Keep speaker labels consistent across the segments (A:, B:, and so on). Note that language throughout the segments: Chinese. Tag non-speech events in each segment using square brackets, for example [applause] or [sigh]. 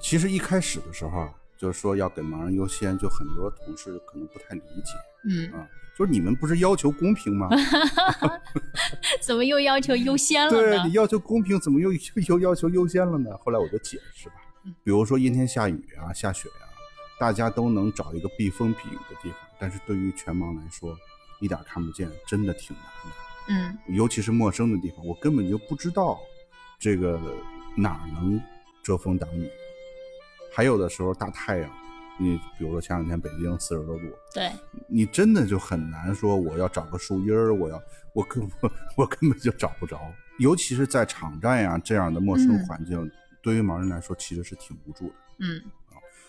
A: 其实一开始的时候啊，就是说要给盲人优先，就很多同事可能不太理解，
B: 嗯，
A: 啊，就是你们不是要求公平吗？
B: [laughs] 怎么又要求优先
A: 对
B: [laughs] 了
A: 你
B: 呢？
A: 要求公平，怎么又又要求优先了呢？后来我就解释吧
B: 嗯，
A: 比如说阴天下雨啊、下雪啊，大家都能找一个避风避雨的地方，但是对于全盲来说，一点看不见真的挺难的。
B: 嗯
A: 尤其是陌生的地方，我根本就不知道这个哪儿能遮风挡雨。还有的时候大太阳，你比如说前两天北京四十多度，
B: 对，
A: 你真的就很难说我要找个树荫儿，我要我根我根本就 [laughs] 找不着。尤其是在场站呀、这样的陌生
B: 嗯
A: 环境，对于盲人来说其实是挺无助的。
B: 嗯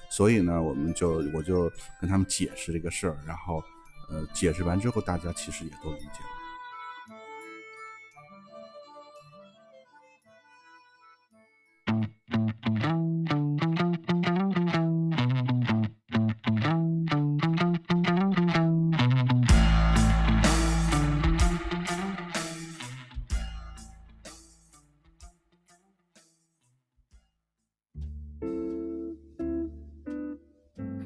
A: 所以呢，我们就我就跟他们解释这个事儿，然后呃解释完之后，大家其实也都理解了。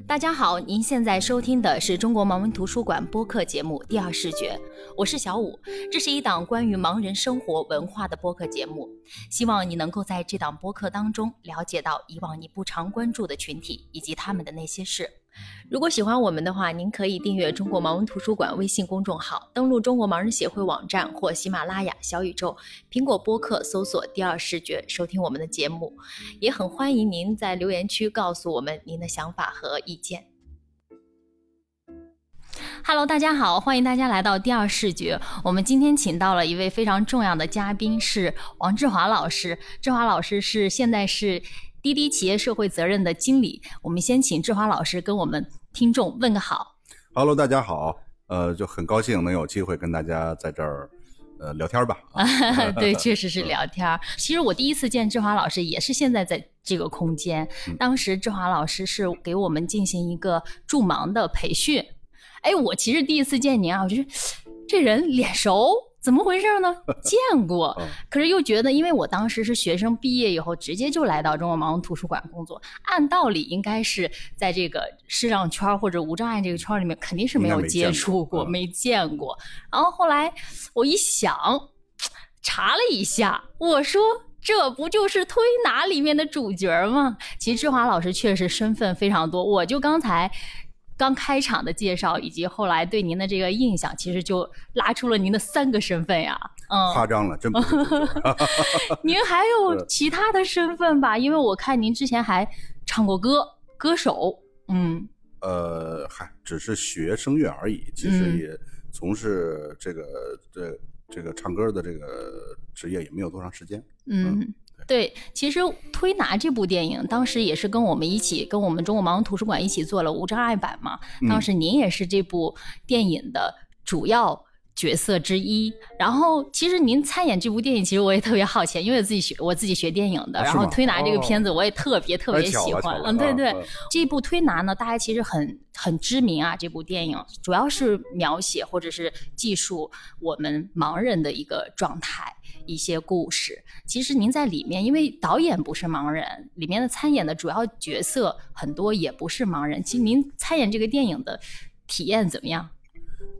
B: 大家好，您现在收听的是中国盲文图书馆播客节目《第二视觉》，我是小五。这是一档关于盲人生活文化的播客节目，希望你能够在这档播客当中了解到以往你不常关注的群体以及他们的那些事。如果喜欢我们的话，您可以订阅中国盲文图书馆微信公众号，登录中国盲人协会网站或喜马拉雅、小宇宙、苹果播客搜索“第二视觉”收听我们的节目。也很欢迎您在留言区告诉我们您的想法和意见。Hello，大家好，欢迎大家来到第二视觉。我们今天请到了一位非常重要的嘉宾，是王志华老师。志华老师是现在是滴滴企业社会责任的经理。我们先请志华老师跟我们听众问个好。
A: Hello，大家好，呃，就很高兴能有机会跟大家在这儿呃聊天吧。啊 [laughs]
B: 对，确实是聊天儿。其实我第一次见志华老师也是现在在这个空间，
A: 嗯
B: 当时志华老师是给我们进行一个助盲的培训。哎，我其实第一次见您啊，我就是这人脸熟，怎么回事呢？见过
A: [laughs] 嗯，
B: 可是又觉得，因为我当时是学生，毕业以后直接就来到中国盲文图书馆工作，按道理应该是在这个视障圈儿或者无障碍这个圈儿里面，肯定是没
A: 应
B: 有
A: 该没
B: 接
A: 见
B: 触
A: 过
B: 过，
A: 嗯
B: 没见过。然后后来我一想，查了一下，我说这不就是《推拿》里面的主角吗？其实志华老师确实身份非常多，我就刚才。刚开场的介绍以及后来对您的这个印象，其实就拉出了您的三个身份呀。嗯，
A: 夸张了， [laughs] 真不是主角。
B: 您还有
A: 是
B: 其他的身份吧？因为我看您之前还唱过歌，歌手。嗯
A: 呃，嗨，只是学声乐而已，其实
B: 嗯
A: 也从事这个这这个唱歌的这个职业也没有多长时间。
B: 嗯，对，其实《推拿》这部电影当时也是跟我们一起，跟我们中国盲文图书馆一起做了无障碍版嘛。
A: 嗯
B: 当时您也是这部电影的主要角色之一。然后，其实您参演这部电影，其实我也特别好奇，因为我自己学我自己学电影的，
A: 啊是
B: 然
A: 吗
B: 后《推拿》这个片子我也特别特别
A: 哎巧
B: 喜
A: 了
B: 欢
A: 巧。了
B: 嗯，对
A: 啊
B: 对
A: 嗯，
B: 这部《推拿》呢，大家其实很很知名啊。这部电影主要是描写或者是记述我们盲人的一个状态。一些故事，其实您在里面，因为导演不是盲人，里面的参演的主要角色很多也不是盲人。其实您参演这个电影的体验怎么样？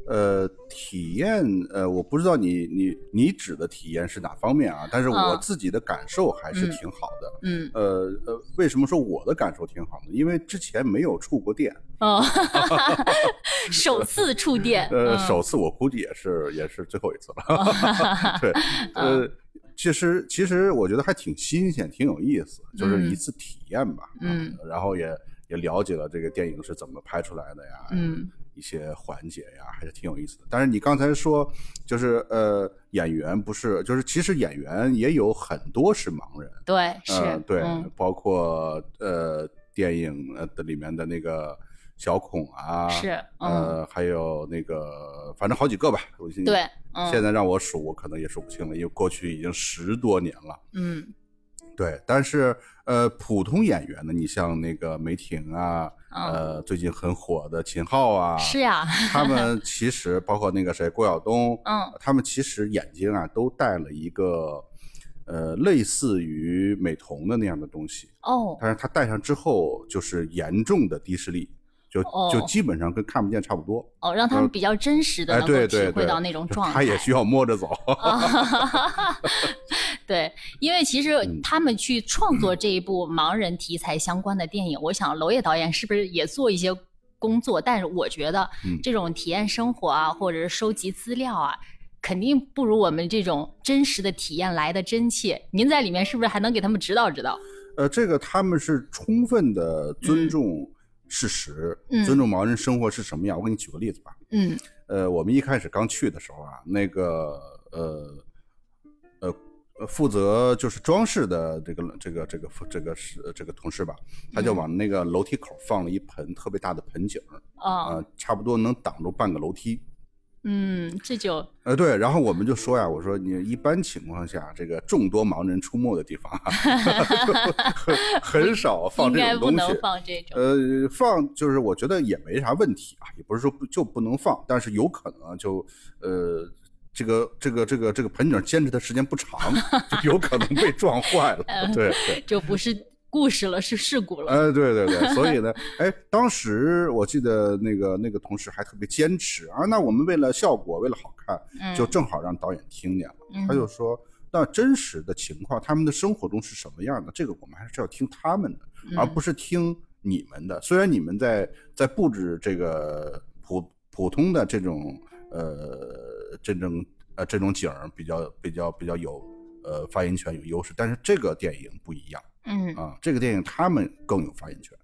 A: 呃，体验呃，我不知道你你你指的体验是哪方面啊，但是我
B: 嗯
A: 自己的感受还是
B: 嗯
A: 挺好的。
B: 嗯，
A: 呃呃，为什么说我的感受挺好呢？因为之前没有触过电，
B: 哦， [laughs] 首次触电，
A: 呃，
B: 嗯
A: 首次我估计也是也是最后一次
B: [laughs]
A: 了。对，呃，其实其实我觉得还挺新鲜，挺有意思，就是一次体验吧。
B: 嗯
A: 啊，然后也也了解了这个电影是怎么拍出来的呀，
B: 嗯，
A: 一些环节呀，还是挺有意思的。但是你刚才说，就是呃，演员不是，就是其实演员也有很多是盲人，
B: 对，是，
A: 呃、对，
B: 嗯
A: 包括呃电影呃的里面的那个小孔啊，
B: 是
A: 呃，还有那个反正好几个吧，我现
B: 对，嗯，
A: 现在让我数，我可能也数不清了，因为过去已经十多年了。
B: 嗯
A: 对，但是呃，普通演员呢，你像那个梅婷啊，
B: 嗯
A: 呃，最近很火的秦昊啊，
B: 是呀，
A: 他们其实包括那个谁郭晓东，
B: 嗯
A: 他们其实眼睛啊都带了一个呃，类似于美瞳的那样的东西，
B: 哦，
A: 但是它戴上之后就是严重的低视力，就、
B: 哦
A: 就基本上跟看不见差不多。
B: 哦，让他们比较真实的
A: 哎，
B: 能
A: 对
B: 够体
A: 对
B: 会
A: 对，
B: 到那种
A: 就
B: 状态。
A: 他也需要摸着
B: [laughs]
A: 走。
B: 啊，对，因为其实
A: 嗯
B: 他们去创作这一部盲人题材相关的电影，我想娄烨导演是不是也做一些工作？但是我觉得
A: 嗯
B: 这种体验生活啊，或者是收集资料啊，肯定不如我们这种真实的体验来的真切。您在里面是不是还能给他们指导指导？
A: 呃，这个他们是充分的尊重事实，
B: 嗯
A: 尊重盲人生活是什么样。我给你举个例子吧。
B: 嗯
A: 呃，我们一开始刚去的时候啊，那个呃呃呃负责就是装饰的这个这个这个这个是这个同事吧，他就
B: 嗯
A: 往那个楼梯口放了一盆特别大的盆景儿，啊、
B: 哦
A: 差不多能挡住半个楼梯。
B: 嗯，这就
A: 呃，对，然后我们就说呀，我说你一般情况下，这个众多盲人出没的地方啊，很 [laughs] 很少放
B: 应
A: 这
B: 该
A: 种
B: 不
A: 东西。
B: 能放这种。
A: 呃，放就是我觉得也没啥问题啊，也不是说不就不能放，但是有可能啊就呃这个这个这个这个盆景坚持的时间不长，就有可能被撞坏了。
B: 嗯
A: 对对，
B: 就不是故事了，是事故了。
A: 哎对对对，所以呢，哎，当时我记得那个那个同事还特别坚持啊，那我们为了效果，为了好看，
B: 嗯，
A: 就正好让导演听见了，
B: 嗯
A: 他就说。那真实的情况，他们的生活中是什么样的？这个我们还是要听他们的。而
B: 嗯
A: 不是听你们的。虽然你们在在布置这个普普通的这种呃这种呃这种景儿比较比较比较有呃发言权有优势，但是这个电影不一样
B: 嗯
A: 啊，这个电影他们更有发言权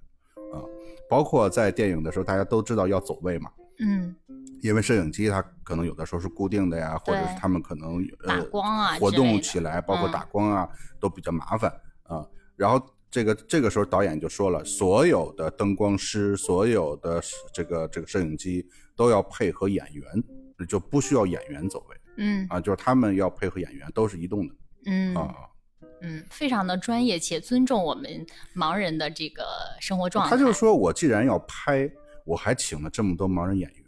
A: 啊。包括在电影的时候，大家都知道要走位嘛，
B: 嗯，
A: 因为摄影机它可能有的时候是固定的呀，或者是
B: 对
A: 他们可能
B: 打
A: 呃
B: 光啊
A: 活
B: 之类
A: 动
B: 的
A: 起来，包括
B: 嗯
A: 打光啊、都比较麻烦啊、然后这个这个时候导演就说了，所有的灯光师、所有的这个这个摄影机都要配合演员，就不需要演员走位
B: 嗯
A: 啊，就是他们要配合演员，都是移动的
B: 嗯
A: 啊。
B: 嗯，非常的专业且尊重我们盲人的这个生活状态。
A: 他就说我既然要拍，我还请了这么多盲人演员，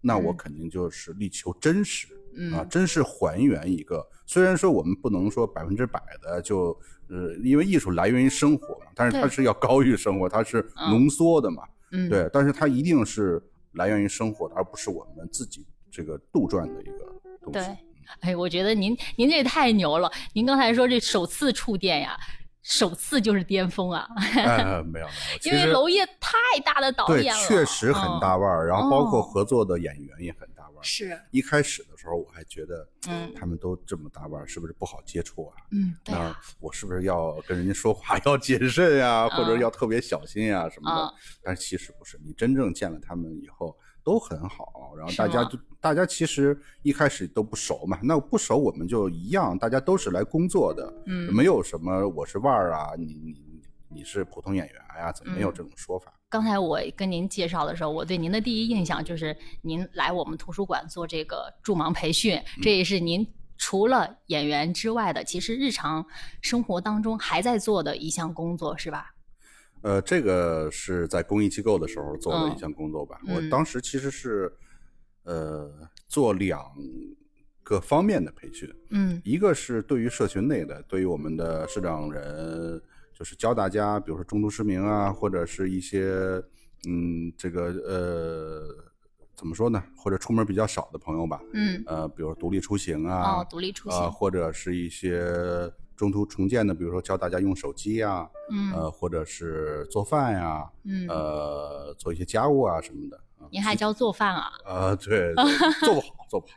A: 那我
B: 嗯
A: 肯定就是力求真实。
B: 嗯
A: 啊，真是还原一个。虽然说我们不能说百分之百的就，呃，因为艺术来源于生活嘛，但是它
B: 对
A: 是要高于生活，它是
B: 嗯
A: 浓缩的嘛，
B: 嗯
A: 对，但是它一定是来源于生活的，而不是我们自己这个杜撰的一个东西。
B: 对，哎，我觉得您您这太牛了，您刚才说这首次触电呀。首次就是巅峰啊，
A: 哎，没有，没
B: [laughs]
A: 有其
B: 因为
A: 实
B: 娄烨太大的导
A: 对
B: 演了，
A: 确实很大
B: 嗯、
A: 腕儿，然后包括
B: 哦
A: 合作的演员也很大腕儿。
B: 是，
A: 一开始的时候我还觉得，
B: 嗯
A: 他们都这么大腕儿，是不是不好接触啊？
B: 嗯，对
A: 那
B: 啊，
A: 我是不是要跟人家说话 [laughs] 要谨慎呀、或者
B: 嗯
A: 要特别小心呀、什么的？
B: 嗯
A: 但是其实不是，你真正见了他们以后都很好，然后
B: 是
A: 大家
B: 吗
A: 就大家其实一开始都不熟嘛，那不熟我们就一样，大家都是来工作的，
B: 嗯，
A: 没有什么我是腕儿啊，你你你是普通演员呀、怎么没有
B: 嗯
A: 这种说法？
B: 刚才我跟您介绍的时候，我对您的第一印象就是您来我们图书馆做这个助盲培训，
A: 嗯
B: 这也是您除了演员之外的，其实日常生活当中还在做的一项工作，是吧？
A: 呃，这个是在公益机构的时候做的
B: 嗯
A: 一项工作吧。
B: 嗯
A: 我当时其实是，呃，做两个方面的培训，
B: 嗯
A: 一个是对于社群内的，对于我们的市长人，就是教大家，比如说中途失明啊，或者是一些嗯，这个呃，怎么说呢，或者出门比较少的朋友吧，
B: 嗯，
A: 呃，比如独立出行啊，
B: 哦，独立出
A: 啊、
B: 行，
A: 或者是一些中途重建的，比如说教大家用手机呀、
B: 嗯
A: 呃，或者是做饭呀、
B: 嗯，
A: 呃，做一些家务啊什么的。啊
B: 您还教做饭啊？
A: 呃，
B: [laughs]
A: 对，对做不好，做不好。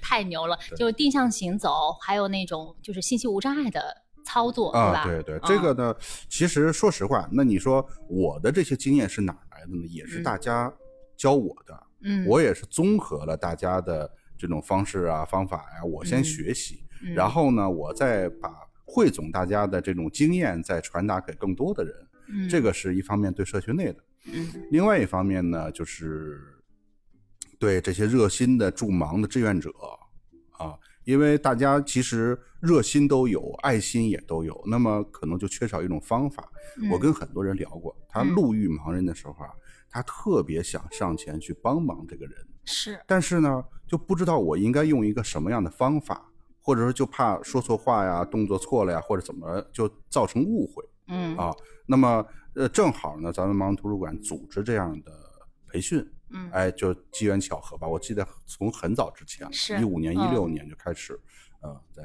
B: 太牛了！
A: 对
B: 就是定向行走，还有那种就是信息无障碍的操作，对吧？
A: 啊，对对，这
B: 嗯
A: 个呢，其实说实话，那你说我的这些经验是哪儿来的呢？也是
B: 嗯
A: 大家教我的，
B: 嗯，
A: 我也是综合了大家的这种方式啊、方法呀、我先
B: 嗯
A: 学习，
B: 嗯
A: 然后呢，我再把汇总大家的这种经验再传达给更多的人。
B: 嗯
A: 这个是一方面对社群内的，
B: 嗯
A: 另外一方面呢，就是对这些热心的助盲的志愿者啊，因为大家其实热心都有，爱心也都有，那么可能就缺少一种方法。
B: 嗯
A: 我跟很多人聊过，他
B: 嗯
A: 路遇盲人的时候啊，他特别想上前去帮忙这个人，
B: 是
A: 但是呢，就不知道我应该用一个什么样的方法，或者说就怕说错话呀、动作错了呀，或者怎么就造成误会
B: 嗯
A: 啊。那么呃，正好呢，咱们盲人图书馆组织这样的培训，
B: 嗯
A: 哎，就机缘巧合吧。我记得从很早之前了，
B: 是
A: 一五年、一
B: 嗯
A: 六年就开始，呃，在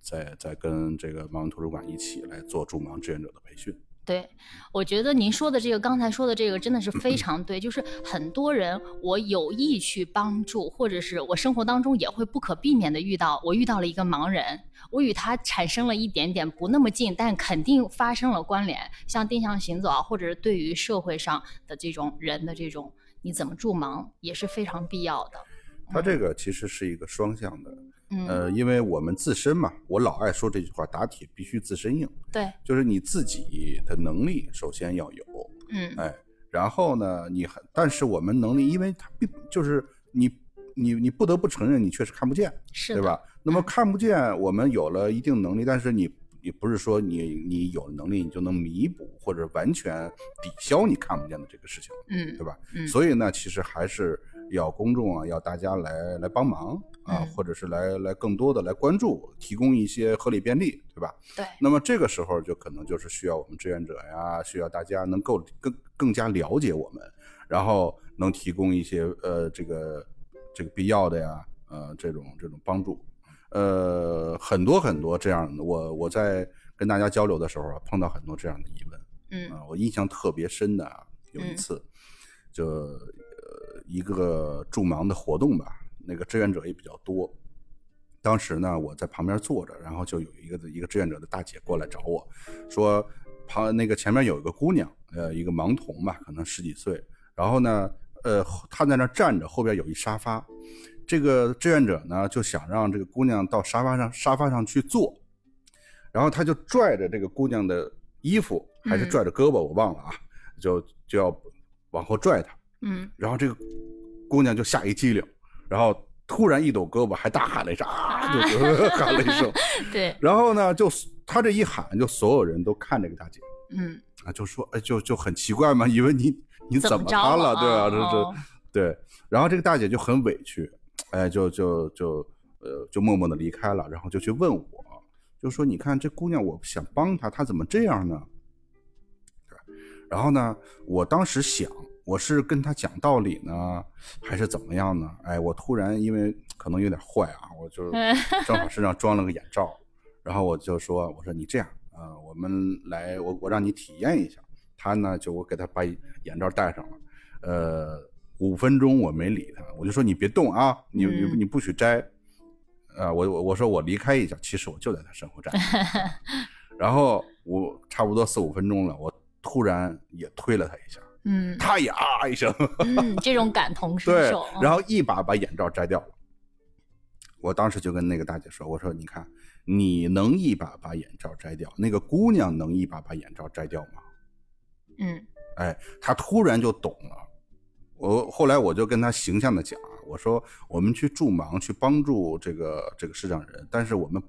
A: 在在跟这个盲人图书馆一起来做助盲志愿者的培训。
B: 对，我觉得您说的这个，刚才说的这个真的是非常对，就是很多人我有意去帮助，或者是我生活当中也会不可避免的遇到，我遇到了一个盲人，我与他产生了一点点不那么近，但肯定发生了关联，像定向行走啊，或者是对于社会上的这种人的这种你怎么助盲也是非常必要的。
A: 它这个其实是一个双向的，
B: 嗯，
A: 呃，因为我们自身嘛，我老爱说这句话，打铁必须自身硬，
B: 对，
A: 就是你自己的能力首先要有，
B: 嗯
A: 哎，然后呢，你还但是我们能力，因为它并就是你你你不得不承认，你确实看不见，
B: 是
A: 对
B: 的，
A: 吧？那么
B: 嗯
A: 看不见，我们有了一定能力，但是你也不是说你你有能力你就能弥补或者完全抵消你看不见的这个事情，
B: 嗯
A: 对吧？
B: 嗯
A: 所以呢，其实还是要公众啊，要大家来来帮忙啊，
B: 嗯
A: 或者是来来更多的来关注，提供一些合理便利，对吧？
B: 对，
A: 那么这个时候就可能就是需要我们志愿者呀，需要大家能够更更加了解我们，然后能提供一些呃这个这个必要的呀，呃这种这种帮助，呃很多很多这样的，我我在跟大家交流的时候啊，碰到很多这样的疑问
B: 嗯
A: 啊、我印象特别深的啊，有一
B: 嗯
A: 次就呃一个助盲的活动吧，那个志愿者也比较多，当时呢，我在旁边坐着，然后就有一个一个志愿者的大姐过来找我，说旁那个前面有一个姑娘，呃，一个盲童吧，可能十几岁，然后呢，呃，她在那儿站着，后边有一沙发，这个志愿者呢就想让这个姑娘到沙发上沙发上去坐，然后他就拽着这个姑娘的衣服，还是
B: 嗯
A: 拽着胳膊，我忘了啊，就就要往后拽她，
B: 嗯
A: 然后这个姑娘就吓一激灵，然后突然一抖胳膊，还大喊了一声啊，就 [laughs] 就喊了一声。
B: 对，
A: 然后呢，就她这一喊，就所有人都看这个大姐
B: 嗯
A: 啊，就说哎，就就很奇怪嘛，以为你你
B: 怎
A: 怎
B: 么
A: 么
B: 着
A: 她
B: 了
A: 了，对吧？
B: 啊
A: 这
B: 哦
A: 这对。然后这个大姐就很委屈，哎，就就就呃，就默默的离开了，然后就去问我，就说你看这姑娘，我想帮她，她怎么这样呢？然后呢，我当时想，我是跟他讲道理呢，还是怎么样呢？哎，我突然因为可能有点坏啊，我就正好身上装了个眼罩，然后我就说，我说你这样啊、呃我们来，我我让你体验一下。他呢，就我给他把眼罩戴上了，呃，五分钟我没理他，我就说你别动啊，你你
B: 嗯
A: 你不许摘，啊、我我我说我离开一下，其实我就在他身后站着。然后我差不多四五分钟了，我突然也推了他一下，
B: 嗯
A: 他也啊一声，
B: 嗯，这种感同身
A: 对
B: 受，，
A: 然后一把把眼罩摘掉了。我当时就跟那个大姐说：“我说你看，你能一把把眼罩摘掉，那个姑娘能一把把眼罩摘掉吗？”
B: 嗯
A: 哎，她突然就懂了。我后来我就跟她形象的讲，啊我说我们去助盲，去帮助这个这个视障人，但是我们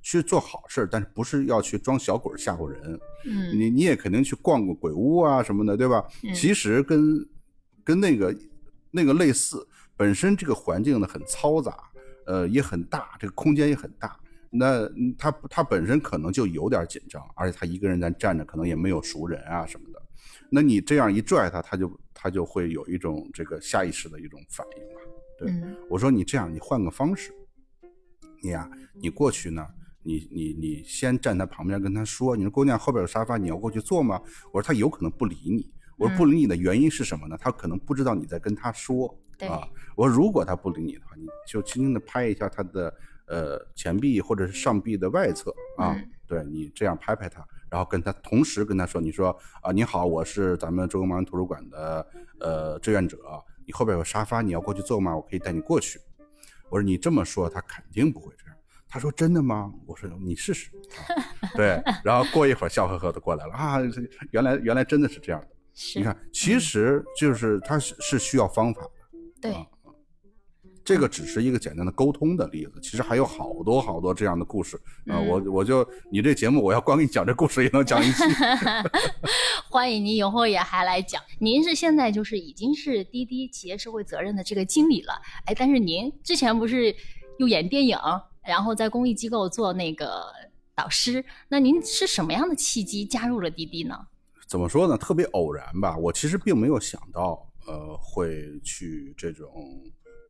A: 去做好事儿，但是不是要去装小鬼儿吓唬人。
B: 嗯
A: 你你也肯定去逛过鬼屋啊什么的，对吧？
B: 嗯
A: 其实跟跟那个那个类似，本身这个环境呢很嘈杂，呃也很大，这个空间也很大。那嗯他他本身可能就有点紧张，而且他一个人在站着，可能也没有熟人啊什么的。那你这样一拽他，他就他就会有一种这个下意识的一种反应吧。对
B: 嗯
A: 我说你这样，你换个方式，你呀、你过去呢，你你你先站他旁边跟他说，你说姑娘后边有沙发，你要过去坐吗？我说他有可能不理你，我说不理你的原因是什么呢？他可能不知道你在跟他说
B: 对
A: 啊。我说如果他不理你的话，你就轻轻的拍一下他的呃前臂或者是上臂的外侧啊，
B: 嗯
A: 对你这样拍拍他。然后跟他同时跟他说，你说啊，你好，我是咱们中国盲人图书馆的呃志愿者，你后边有沙发，你要过去坐吗？我可以带你过去。我说你这么说，他肯定不会这样。他说真的吗？我说你试试。啊、对，然后过一会儿笑呵呵的过来了啊，这原来原来真的是这样的。
B: 是嗯
A: 你看，其实就是他是是需要方法的，
B: 对
A: 啊这个只是一个简单的沟通的例子，其实还有好多好多这样的故事啊、
B: 嗯
A: 我我就你这节目，我要光给你讲这故事也能讲一期。
B: 欢迎您以后也还来讲。您是现在就是已经是滴滴企业社会责任的这个经理了，哎，但是您之前不是又演电影，然后在公益机构做那个导师。那您是什么样的契机加入了滴滴呢？
A: 怎么说呢？特别偶然吧。我其实并没有想到，呃，会去这种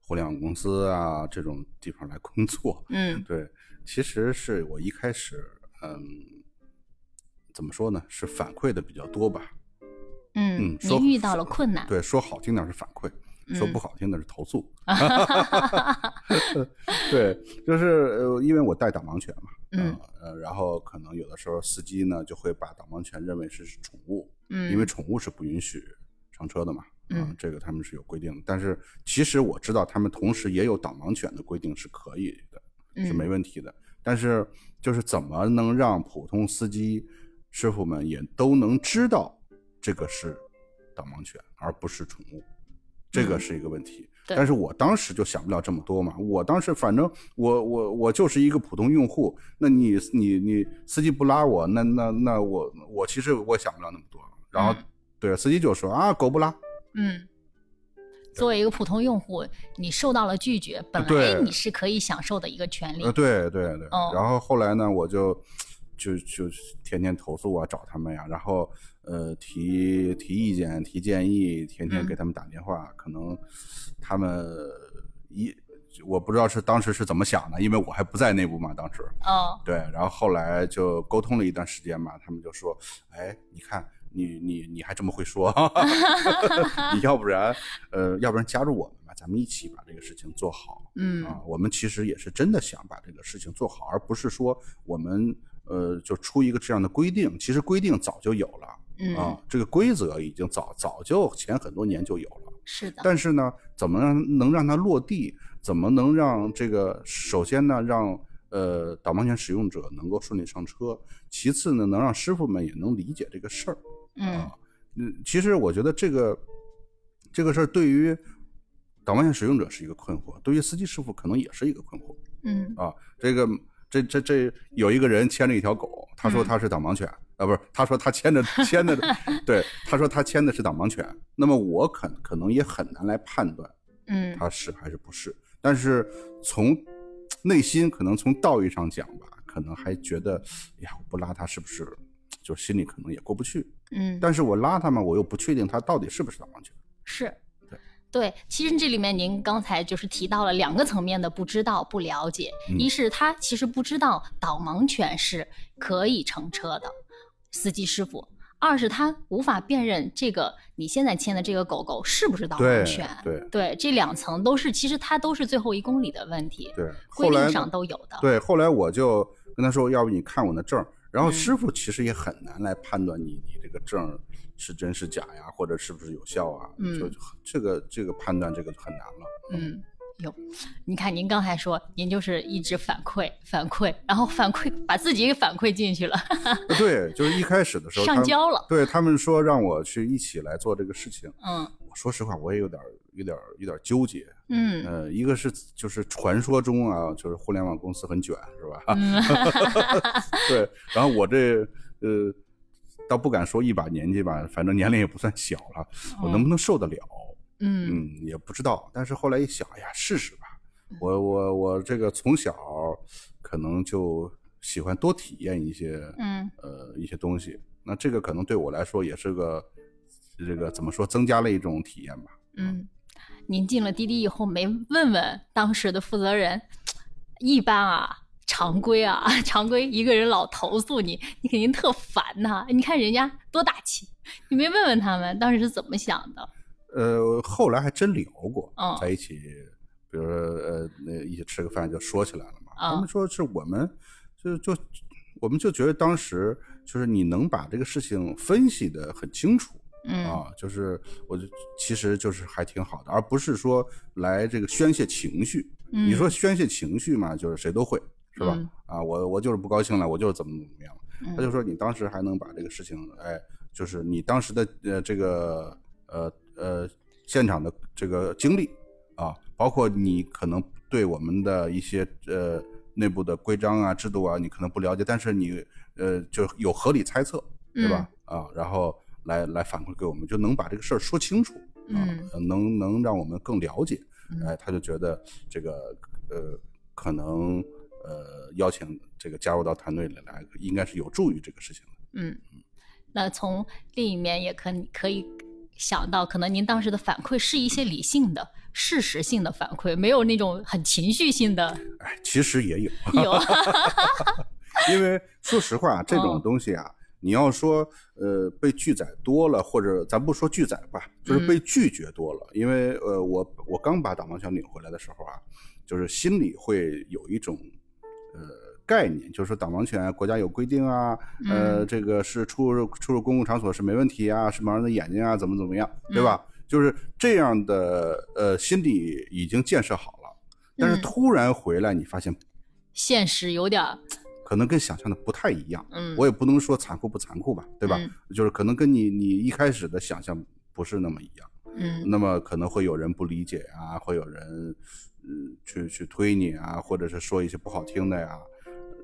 A: 互联网公司啊这种地方来工作。
B: 嗯
A: 对，其实是我一开始，嗯，怎么说呢？是反馈的比较多吧。
B: 嗯
A: 嗯，说
B: 您遇到了困难，
A: 对，说好听点是反馈，说
B: 啊嗯
A: 不好听的是投
B: [laughs]
A: 诉。对，就是呃，因为我带导盲犬嘛，
B: 嗯
A: 呃，呃然后可能有的时候司机呢就会把导盲犬认为是宠物，
B: 嗯，
A: 因为宠物是不允许上车的嘛，
B: 嗯
A: 啊这个他们是有规定的。但是其实我知道他们同时也有导盲犬的规定是可以的，是没
B: 嗯
A: 问题的。但是就是怎么能让普通司机师傅们也都能知道这个是导盲犬，而不是宠物，这个
B: 嗯
A: 是一个问题。
B: 对
A: 但是我当时就想不了这么多嘛，我当时反正我我我就是一个普通用户，那你你你司机不拉我，那那那我我其实我也想不了那么多。然后、
B: 嗯
A: 对司机就说啊狗不拉，
B: 嗯。作为一个普通用户，你受到了拒绝，本来
A: 对
B: 你是可以享受的一个权利
A: 呃，。对对对。
B: 哦
A: 然后后来呢，我就就就天天投诉啊，找他们呀、然后呃提提意见、提建议，天天
B: 嗯
A: 给他们打电话。可能他们一我不知道是当时是怎么想的，因为我还不在内部嘛，当时。
B: 哦，
A: 对，然后后来就沟通了一段时间嘛，他们就说：“哎，你看你你你还这么会说， [laughs] 你要不然呃，要不然加入我们吧，咱们一起把这个事情做好。”
B: 嗯
A: 啊，我们其实也是真的想把这个事情做好，而不是说我们呃就出一个这样的规定。其实规定早就有了
B: 嗯
A: 啊，，这个规则已经早早就前很多年就有了。
B: 是的，
A: 但是呢，怎么让能让它落地？怎么能让这个首先呢，让呃导盲犬使用者能够顺利上车？其次呢，能让师傅们也能理解这个事儿。
B: 嗯
A: 嗯，其实我觉得这个这个事儿对于导盲犬使用者是一个困惑，对于司机师傅可能也是一个困惑。
B: 嗯
A: 啊，这个这这这有一个人牵着一条狗，他说
B: 嗯
A: 他是导盲犬、啊，不是，他说他牵
B: [laughs]
A: 着牵的，对，他说他牵的是导盲犬。那么我可可能也很难来判断
B: 嗯
A: 他是还是不是，但是从内心可能从道义上讲吧，可能还觉得，哎呀，我不拉他是不是，就心里可能也过不去。
B: 嗯，
A: 但是我拉他嘛，我又不确定他到底是不是导盲犬。
B: 是
A: 对。
B: 对，其实这里面您刚才就是提到了两个层面的不知道、不了解。
A: 嗯
B: 一是他其实不知道导盲犬是可以乘车的，司机师傅；二是他无法辨认这个你现在牵的这个狗狗是不是导盲
A: 对
B: 犬。
A: 对
B: 这两层都是，其实它都是最后一公里的问题，
A: 对，
B: 规
A: 后来
B: 定
A: 呢
B: 上都有的。
A: 对，后来我就跟他说，要不你看我的证儿。然后
B: 嗯
A: 师傅其实也很难来判断你你这个证儿是真是假呀，或者是不是有效啊，
B: 嗯
A: 就这个这个判断这个就很难了。
B: 嗯，有，你看您刚才说，您就是一直反馈反馈，然后反馈把自己给反馈进去了，
A: 呃对，就是一开始的时候他
B: 上
A: 们
B: 交了。
A: 对他们说让我去一起来做这个事情，
B: 嗯
A: 我说实话我也有点儿有点儿有点儿纠结。
B: 嗯
A: 呃，一个是就是传说中啊，就是互联网公司很卷是吧？
B: 嗯，
A: [laughs] 对，然后我这呃，倒不敢说一把年纪吧，反正年龄也不算小了，我能不能受得了？
B: 嗯
A: 嗯，也不知道。但是后来一想，哎呀，试试吧。我我我这个从小可能就喜欢多体验一些
B: 嗯
A: 呃一些东西，那这个可能对我来说也是个这个怎么说，增加了一种体验吧。
B: 嗯，您进了滴滴以后没问问当时的负责人，一般啊。常规啊， [laughs] 常规一个人老投诉你，你肯定特烦呐、你看人家多大气，你没问问他们当时是怎么想的？
A: 呃，后来还真聊过，
B: 嗯
A: 在一起，比如说呃，那一起吃个饭就说起来了嘛。
B: 嗯
A: 他们说是我们就就我们就觉得当时就是你能把这个事情分析的很清楚。
B: 嗯
A: 啊，就是我就其实就是还挺好的，而不是说来这个宣泄情绪。
B: 嗯
A: 你说宣泄情绪嘛，就是谁都会，是吧？
B: 嗯
A: 啊，我我就是不高兴了，我就是怎么怎么样了。
B: 嗯
A: 他就说你当时还能把这个事情，哎，就是你当时的呃这个呃呃现场的这个经历啊，包括你可能对我们的一些呃内部的规章啊、制度啊，你可能不了解，但是你呃就有合理猜测，
B: 嗯
A: 对吧？啊，然后来来反馈给我们，就能把这个事儿说清楚，啊
B: 嗯，
A: 呃能能让我们更了解
B: 嗯。
A: 哎，他就觉得这个呃，可能呃邀请这个加入到团队里来，应该是有助于这个事情的。
B: 嗯，那从另一面也可以可以想到，可能您当时的反馈是一些理性的、事实性的反馈，没有那种很情绪
A: [laughs]
B: 性的。
A: 哎，其实也有，
B: 有，
A: 因为说实话，这种东西啊，你要说呃被拒载多了，或者咱不说拒载吧，就是被拒绝多了。因为呃，我我刚把导盲犬领回来的时候啊，就是心里会有一种呃概念，就是说导盲犬国家有规定啊，呃，这个是出入出入公共场所是没问题啊，是盲人的眼睛啊，怎么怎么样，对吧？就是这样的呃心理已经建设好了，但是
B: 嗯
A: 突然回来，你发现
B: 现实有点儿，
A: 可能跟想象的不太一样。
B: 嗯，
A: 我也不能说残酷不残酷吧，对吧？
B: 嗯
A: 就是可能跟你你一开始的想象不是那么一样，
B: 嗯
A: 那么可能会有人不理解啊，会有人嗯去去推你啊，或者是说一些不好听的呀。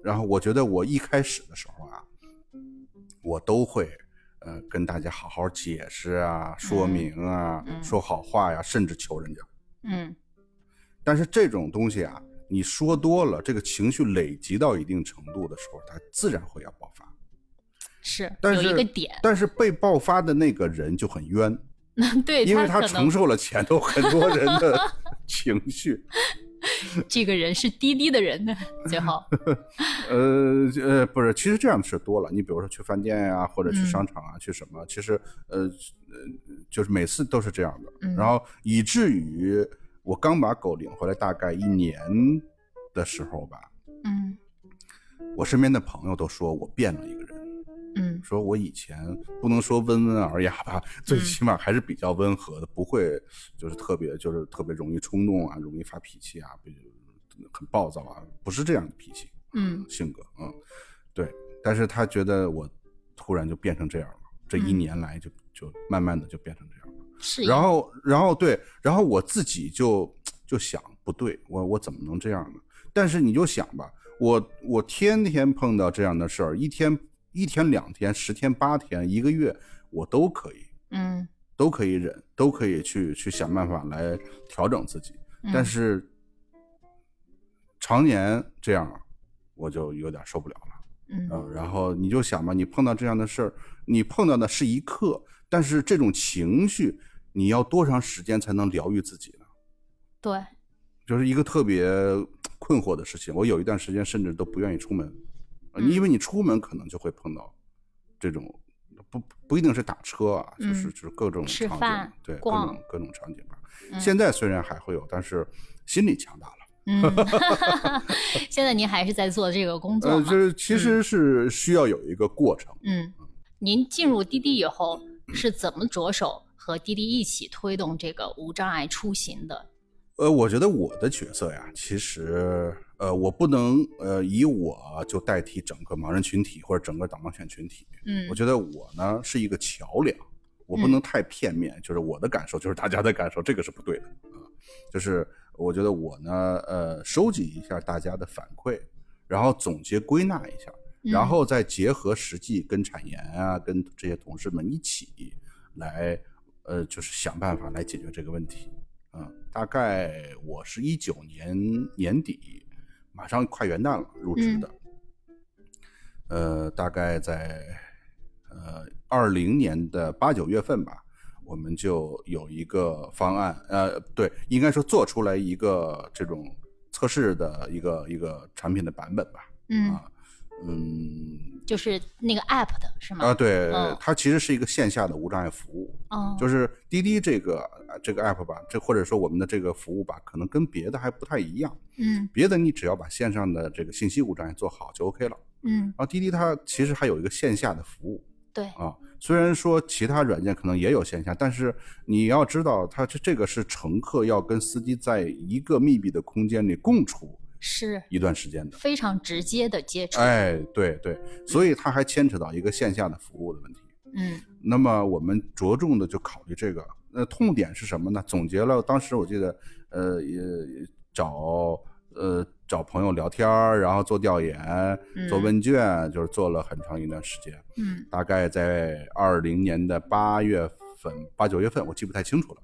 A: 然后我觉得我一开始的时候啊，我都会呃跟大家好好解释啊、说明啊、
B: 嗯
A: 说好话呀，甚至求人家。
B: 嗯
A: 但是这种东西啊，你说多了，这个情绪累积到一定程度的时候，它自然会要爆发。
B: 是
A: 但
B: 有
A: 是
B: 一个点，
A: 但是被爆发的那个人就很冤，
B: 对
A: 因为
B: 他
A: 他
B: 可
A: 承
B: 能
A: 受了前头很多人的情
B: [laughs]
A: 绪，
B: 这个人是滴滴的人呢，
A: [laughs]
B: 最后，
A: 呃呃，不是，其实这样的事多了。你比如说去饭店呀、或者去
B: 嗯
A: 商场啊，去什么，其实呃呃，就是每次都是这样的。
B: 嗯
A: 然后以至于我刚把狗领回来大概一年的时候吧，
B: 嗯
A: 我身边的朋友都说我变了一个人。
B: 嗯
A: 说我以前不能说温文尔雅吧，最起码还是比较温和的，不会就是特别就是特别容易冲动啊，容易发脾气啊，比很暴躁啊，不是这样的脾气，
B: 嗯
A: 性格，嗯，对。但是他觉得我突然就变成这样了，这一
B: 嗯
A: 年来就就慢慢的就变成这样了。
B: 是呀，
A: 然后，然后对，然后我自己就就想，不对，我我怎么能这样呢？但是你就想吧，我我天天碰到这样的事儿，一天一天两天，十天八天，一个月，我都可以，
B: 嗯，
A: 都可以忍，都可以去去想办法来调整自己。
B: 嗯
A: 但是常年这样，我就有点受不了了。
B: 嗯
A: 嗯，然后你就想吧，你碰到这样的事儿，你碰到的是一刻，但是这种情绪，你要多长时间才能疗愈自己呢？
B: 对，
A: 就是一个特别呃困惑的事情。我有一段时间甚至都不愿意出门，呃
B: 嗯
A: 因为你出门可能就会碰到这种，不不一定是打车啊，
B: 嗯
A: 就是就是各种
B: 吃
A: 场景，
B: 饭
A: 对，各
B: 逛
A: 种各种场景吧。
B: 嗯
A: 现在虽然还会有，但是心理强大了。 [laughs]
B: 嗯， [laughs] 现在您还是在做这嗯个工作
A: 呃，
B: 嘛？
A: 就是其实是需要有一个过程。
B: 嗯，您进入滴滴以后是怎么着手和滴滴一起推动这个无障碍出行的？
A: 呃，我觉得我的角色呀，其实呃，我不能呃以我就代替整个盲人群体或者整个导盲犬群体。
B: 嗯
A: 我觉得我呢是一个桥梁，我不能太片面，就是我的感受就是大家的感受，这个是不对的啊、就是我觉得我呢，呃，收集一下大家的反馈，然后总结归纳一下，
B: 嗯
A: 然后再结合实际跟产研啊，跟这些同事们一起来，呃，就是想办法来解决这个问题。嗯，大概我是一九年年底，马上快元旦了入职的。呃，大概在呃二零年的八九月份吧，我们就有一个方案，呃，对，应该说做出来一个这种测试的一个一个产品的版本吧。
B: 嗯，
A: 啊嗯，
B: 就是那个 app 的是吗？
A: 啊，对
B: 嗯，
A: 它其实是一个线下的无障碍服务，
B: 哦，
A: 就是滴滴这个呃这个 app 吧，这或者说我们的这个服务吧，可能跟别的还不太一样。
B: 嗯
A: 别的你只要把线上的这个信息无障碍做好就 OK 了。
B: 嗯，
A: 然后滴滴它其实还有一个线下的服务
B: 对，
A: 啊，虽然说其他软件可能也有线下，但是你要知道，它这这个是乘客要跟司机在一个密闭的空间里共处
B: 是
A: 一段时间的。
B: 非常直接的接触。
A: 哎，对对，所以它还牵扯到一个线下的服务的问题。
B: 嗯
A: 那么我们着重的就考虑这个。那痛点是什么呢？总结了，当时我记得，呃，也找呃找朋友聊天儿，然后做调研、做
B: 嗯
A: 问卷，就是做了很长一段时间，
B: 嗯
A: 大概在二零年的八月份、八九月份，我记不太清楚了。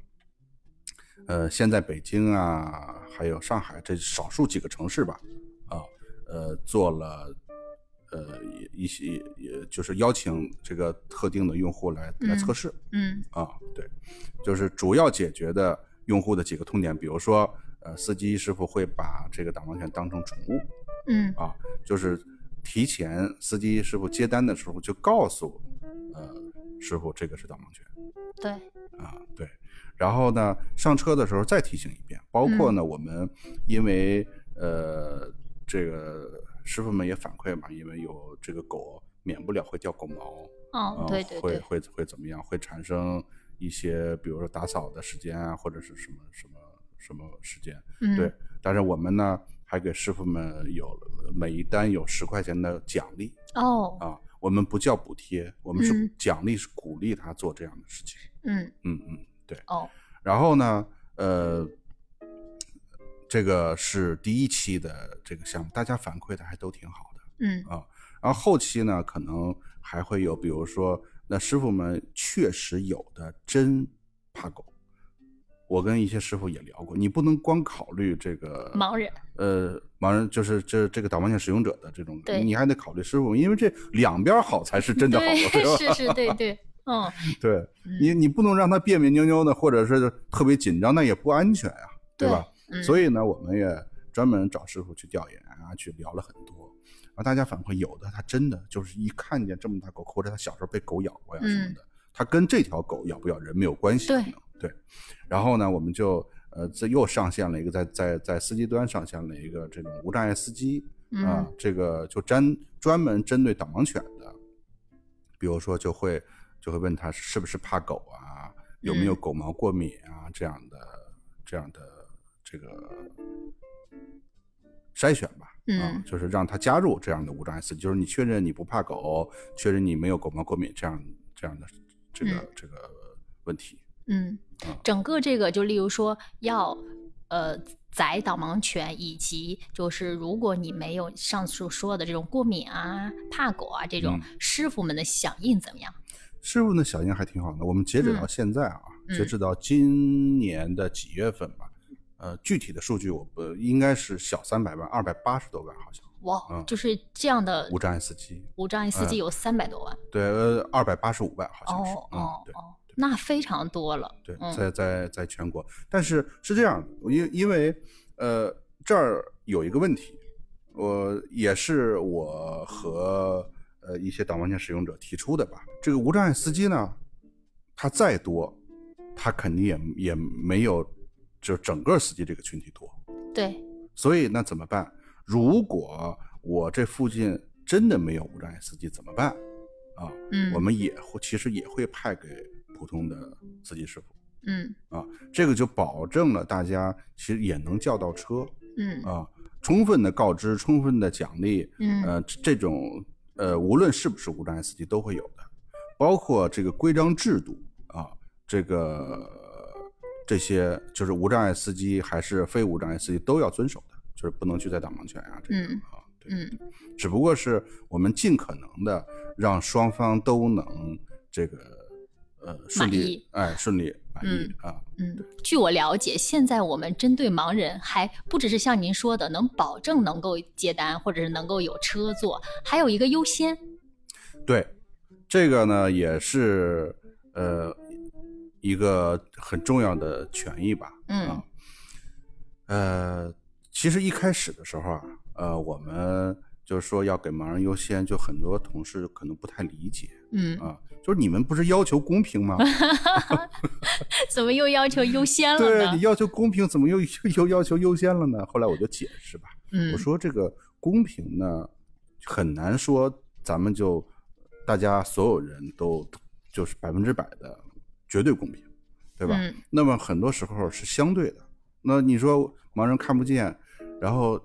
A: 呃，现在北京啊，还有上海这少数几个城市吧，啊，呃做了呃一些，也就是邀请这个特定的用户来来测试。
B: 嗯
A: 啊，对，就是主要解决的用户的几个痛点，比如说，呃，司机师傅会把这个导盲犬当成宠物
B: 嗯
A: 啊，就是提前司机师傅接单的时候就告诉，呃，师傅这个是导盲犬
B: 对
A: 啊，对，然后呢，上车的时候再提醒一遍，包括
B: 嗯
A: 呢，我们因为呃，这个师傅们也反馈嘛，因为有这个狗免不了会掉狗毛，
B: 哦
A: 啊，
B: 对对
A: 会
B: 对
A: 会会怎么样？会产生一些，比如说打扫的时间啊，或者是什么什么什么时间？
B: 嗯
A: 对。但是我们呢，还给师傅们有每一单有十块钱的奖励
B: 哦
A: 啊。我们不叫补贴，我们是
B: 嗯
A: 奖励，是鼓励他做这样的事情。
B: 嗯
A: 嗯嗯。
B: 哦
A: 然后呢，呃，这个是第一期的这个项目，大家反馈的还都挺好的。
B: 嗯
A: 然后后期呢，可能还会有，比如说，那师傅们确实有的真怕狗。我跟一些师傅也聊过，你不能光考虑这个
B: 盲人
A: 呃盲人，就是这这个导盲犬使用者的这种
B: 对，
A: 你还得考虑师傅，因为这两边好才是真的好，对吧？
B: [laughs] 是是对
A: [laughs]
B: 对嗯
A: 对
B: 嗯
A: 你，你不能让他别别扭扭的，或者是特别紧张，那也不安全呀、对吧？
B: 嗯
A: 所以呢，我们也专门找师傅去调研啊，去聊了很多。然后大家反馈，有的他真的就是一看见这么大狗，或者他小时候被狗咬过呀
B: 嗯
A: 什么的，他跟这条狗咬不咬人没有关系，
B: 对
A: 可能对。然后呢，我们就呃，这又上线了一个，在在在司机端上线了一个这种无障碍司机啊、
B: 嗯
A: 这个就专专门针对导盲犬的，比如说就会就会问他是不是怕狗啊，有没有
B: 嗯
A: 狗毛过敏啊这样的这样的这个筛选吧。啊
B: 嗯，
A: 就是让他加入这样的无障碍司机，就是你确认你不怕狗，确认你没有狗毛过敏这样这样的这个、
B: 嗯
A: 这个问题。
B: 嗯，整个这个就例如说要呃宰导盲犬，以及就是如果你没有上述说的这种过敏啊、怕狗啊这种，
A: 嗯
B: 师傅们的响应怎么样？
A: 师傅呢，小英还挺好的。我们截止到
B: 嗯
A: 现在啊，
B: 嗯
A: 截止到今年的几月份吧，呃，具体的数据我不应该是小三百万，二百八十多万好像
B: 哇，
A: 嗯
B: 就是这样的
A: 无障碍司机，
B: 无障碍司机有三百多万，
A: 对，呃，二百八十五万好像是，
B: 哦
A: 嗯，
B: 哦
A: 对。
B: 哦，那非常多了。
A: 对，
B: 嗯
A: 在在在全国，但是是这样的，因因为呃这儿有一个问题，我也是我和呃一些导盲犬使用者提出的吧。这个无障碍司机呢，他再多，他肯定也也没有就整个司机这个群体多，
B: 对，
A: 所以那怎么办？如果我这附近真的没有无障碍司机怎么办？啊，
B: 嗯，
A: 我们也会其实也会派给普通的司机师傅。
B: 嗯
A: 啊，这个就保证了大家其实也能叫到车
B: 嗯
A: 啊，充分的告知，充分的奖励，
B: 嗯
A: 呃，这这种呃，无论是不是无障碍司机都会有的，包括这个规章制度啊，这个这些就是无障碍司机还是非无障碍司机都要遵守的，就是不能去载导盲犬啊，这个、
B: 嗯
A: 啊，对，
B: 嗯
A: 只不过是我们尽可能的让双方都能这个呃顺
B: 满
A: 利
B: 意，
A: 哎，顺利满意、啊。
B: 嗯。据我了解，现在我们针对盲人，还不只是像您说的能保证能够接单，或者是能够有车坐，还有一个优先。
A: 对，这个呢也是呃一个很重要的权益吧。
B: 嗯
A: 啊，呃，其实一开始的时候啊，呃，我们就是说要给盲人优先，就很多同事可能不太理解
B: 嗯，
A: 啊，就是你们不是要求公平吗？
B: 怎么又要求优先
A: 对
B: 了
A: 你
B: 呢？
A: 要求公平，怎么又 [laughs] 又要求优先了呢？后来我就解释吧，
B: 嗯，
A: 我说这个公平呢，很难说咱们就大家所有人都就是百分之百的绝对公平，对吧？
B: 嗯
A: 那么很多时候是相对的。那你说盲人看不见，然后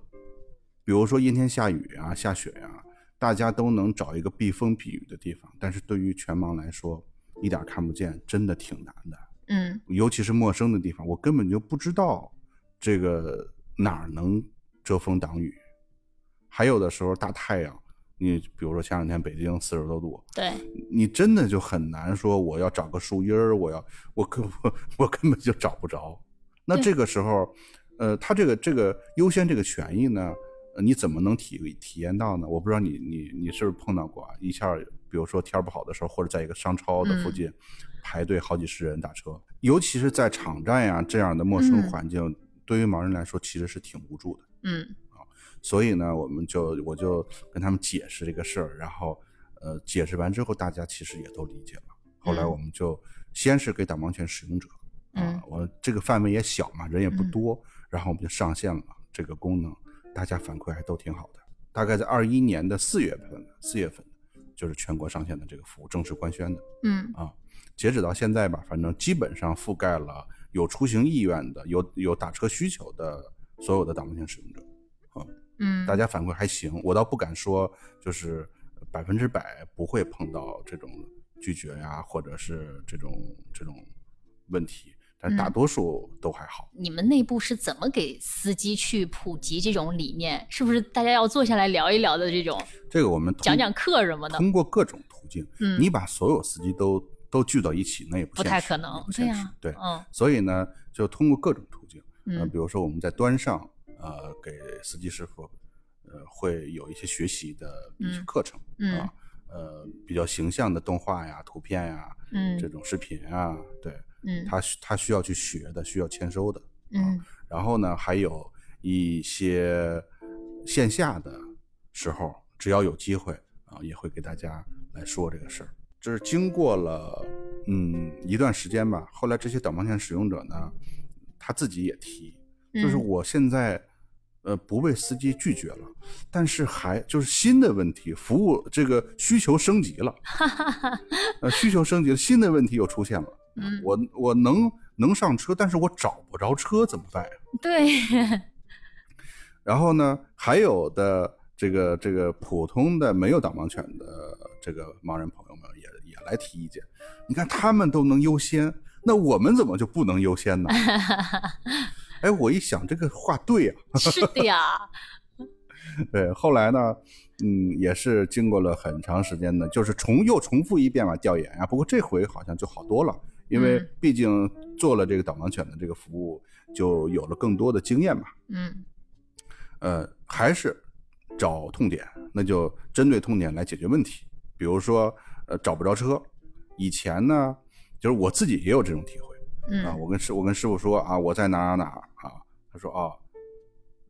A: 比如说阴天下雨啊、下雪啊，大家都能找一个避风避雨的地方，但是对于全盲来说，一点看不见真的挺难的。
B: 嗯
A: 尤其是陌生的地方，我根本就不知道这个哪儿能遮风挡雨。还有的时候大太阳，你比如说前两天北京四十多度，
B: 对，
A: 你真的就很难说我要找个树荫儿，我要我根我我根本就 [laughs] 找不着。那
B: 对
A: 这个时候，呃，他这个这个优先这个权益呢，呃你怎么能体体验到呢？我不知道你你你是不是碰到过啊？一下儿，比如说天儿不好的时候，或者在一个商超的附
B: 嗯
A: 近、排队好几十人打车，尤其是在场站呀、这样的陌生
B: 嗯
A: 环境，对于盲人来说其实是挺无助的。
B: 嗯
A: 所以呢，我们就我就跟他们解释这个事儿，然后呃，解释完之后，大家其实也都理解了。后来
B: 嗯
A: 我们就先是给导盲犬使用者，
B: 嗯
A: 啊，我这个范围也小嘛，人也不
B: 嗯
A: 多，然后我们就上线了这个功能，大家反馈还都挺好的。大概在二一年的四月份，四月份就是全国上线的这个服务正式官宣的。
B: 嗯
A: 截止到现在吧，反正基本上覆盖了有出行意愿的、有有打车需求的所有的导盲犬使用者。
B: 嗯，
A: 大家反馈还行，我倒不敢说就是百分之百不会碰到这种拒绝呀、或者是这种这种问题，但大
B: 嗯
A: 多数都还好。
B: 你们内部是怎么给司机去普及这种理念？是不是大家要坐下来聊一聊的这种，
A: 这个我们通
B: 讲讲课什么的？
A: 通过各种途径，
B: 嗯，
A: 你把所有司机都都聚到一起，那也不
B: 不
A: 现实
B: 太可能
A: 也不，
B: 对
A: 现
B: 呀、
A: 实对，
B: 嗯
A: 所以呢，就通过各种途径，呃，
B: 嗯
A: 比如说我们在端上，呃，给司机师傅，呃，会有一些学习的一些
B: 嗯
A: 课程、
B: 嗯
A: 啊，呃，比较形象的动画呀、图片呀，
B: 嗯
A: 这种视频啊，对
B: 嗯
A: 他需啊他需要去学的，需要签收的。
B: 嗯
A: 然后呢，还有一些线下的时候，只要有机会啊，也会给大家来说这个事儿。这是经过了嗯一段时间吧，后来这些导盲犬使用者呢，他自己也提，就是
B: 嗯
A: 我现在呃不被司机拒绝了，但是还就是新的问题，服务这个需求升级
B: [laughs]
A: 了，呃需求升级了，新的问题又出现了，
B: 嗯，
A: 我我能能上车，但是我找不着车怎么办呀？
B: 对， [laughs]
A: 然后呢，还有的这个这个普通的没有导盲犬的这个盲人朋友们也也来提意见，你看他们都能优先，那我们怎么就不能优先呢？哎，我一想这个话对啊，
B: 是的呀，
A: 对，后来呢，嗯，也是经过了很长时间的，就是重又重复一遍吧调研啊。不过这回好像就好多了，因为
B: 嗯
A: 毕竟做了这个导盲犬的这个服务，就有了更多的经验嘛。
B: 嗯
A: 呃，还是找痛点，那就针对痛点来解决问题。比如说，呃，找不着车，以前呢，就是我自己也有这种体会。 [laughs] 啊，
B: 嗯
A: 我跟师我跟师傅说啊，我在哪儿哪儿哪儿啊，他说哦，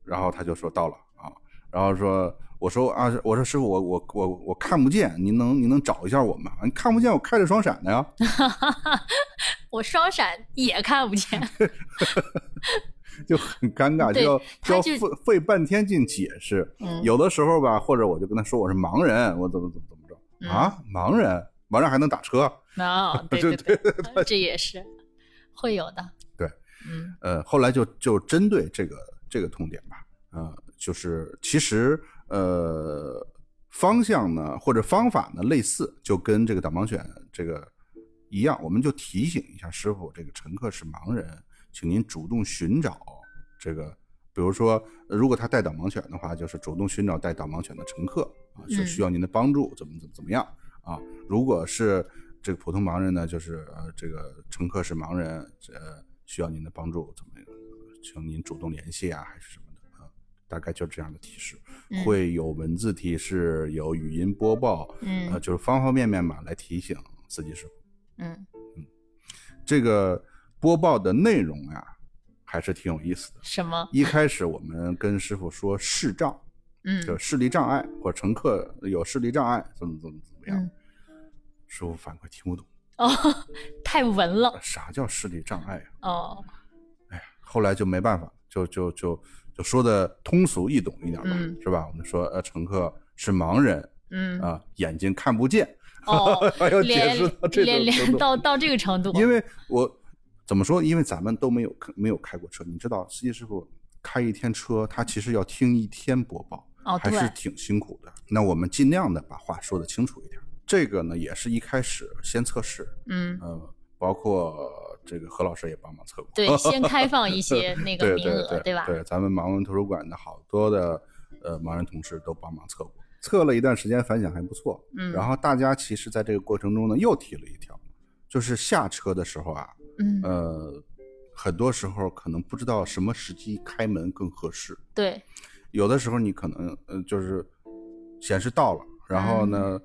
A: 然后他就说到了啊，然后说我说啊，我说师傅我我我我看不见，您能您能找一下我吗？你看不见我开着双闪的呀， [laughs]
B: [laughs] 我双闪也看不见，
A: 就很尴尬，就
B: [laughs] 对
A: 要
B: 他
A: 要
B: 就
A: 费费半天劲解释。
B: 嗯
A: 有的时候吧，或者我就跟他说我是盲人，我怎么怎么怎么着、
B: 嗯 [laughs]
A: 啊，盲人，盲人还能打车？ [laughs]
B: 啊，对对对，这也是会有的，
A: 对，
B: 嗯
A: 呃，后来就就针对这个这个痛点吧，呃，就是其实呃方向呢或者方法呢类似，就跟这个导盲犬这个一样，我们就提醒一下师傅，这个乘客是盲人，请您主动寻找这个，比如说呃如果他带导盲犬的话，就是主动寻找带导盲犬的乘客啊，
B: 嗯
A: 是需要您的帮助，怎么怎么怎么样啊？如果是这个普通盲人呢，就是呃这个乘客是盲人，呃需要您的帮助，怎么请您主动联系啊，还是什么的啊？大概就这样的提示，
B: 嗯
A: 会有文字提示，有语音播报，呃
B: 嗯
A: 就是方方面面吧来提醒司机师傅。
B: 嗯，
A: 这个播报的内容呀、还是挺有意思的。
B: 什么
A: 一开始我们跟师傅说视障，
B: 嗯
A: 就视力障碍或者乘客有视力障碍，怎么怎么怎么样，
B: 嗯
A: 师傅反馈听不懂，
B: 哦，太文了
A: 啥叫视力障碍啊？
B: 哦，
A: 后来就没办法，就就就就说的通俗易懂一点吧，
B: 嗯
A: 是吧？我们说呃，乘客是盲人
B: 嗯
A: 啊、眼睛看不见，，
B: 哦
A: 还 [laughs] 要解
B: 连
A: 释到这
B: 连
A: 种程
B: 连
A: 度，
B: 到到这个程度，
A: 因为我怎么说？因为咱们都没有没有开过车，你知道，司机师傅开一天车，他其实要听一天播报，
B: 哦
A: 还
B: 对
A: 是挺辛苦的。那我们尽量的把话说的清楚一点。这个呢，也是一开始先测试，
B: 嗯。
A: 呃，包括这个何老师也帮忙测过， [laughs]
B: 对，先开放一些那个
A: 对
B: 名额，
A: 对
B: 吧？
A: 对，咱们盲文图书馆的好多的呃盲人同事都帮忙测过，测了一段时间，反响还不错。
B: 嗯
A: 然后大家其实在这个过程中呢，又提了一条，就是下车的时候啊，呃
B: 嗯，
A: 呃，很多时候可能不知道什么时机开门更合适，
B: 对，
A: 有的时候你可能呃就是显示到了，然后
B: 嗯
A: 呢，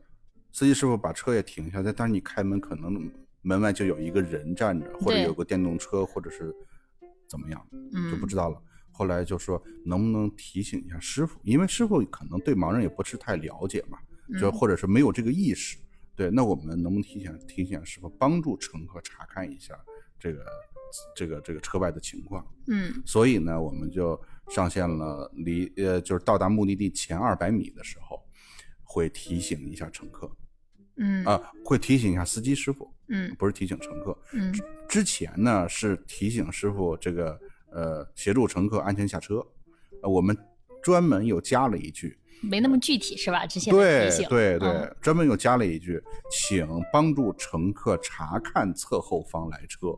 A: 司机师傅把车也停下，但但是你开门可能门外就有一个人站着，或者
B: 对
A: 有个电动车，或者是怎么样，就不
B: 嗯
A: 知道了。后来就说能不能提醒一下师傅，因为师傅可能对盲人也不是太了解嘛，就
B: 嗯
A: 或者是没有这个意识。对，那我们能不能提醒提醒师傅帮助乘客查看一下这个这个这个车外的情况？
B: 嗯
A: 所以呢，我们就上线了离呃，就是到达目的地前二百米的时候，会提醒一下乘客
B: 嗯
A: 啊、会提醒一下司机师傅，
B: 嗯
A: 不是提醒乘客。
B: 嗯
A: 之前呢是提醒师傅这个呃协助乘客安全下车，呃我们专门又加了一句，
B: 没那么具体是吧？这些
A: 对
B: 提醒，
A: 对对、
B: 嗯
A: 专门又加了一句，请帮助乘客查看侧后方来车，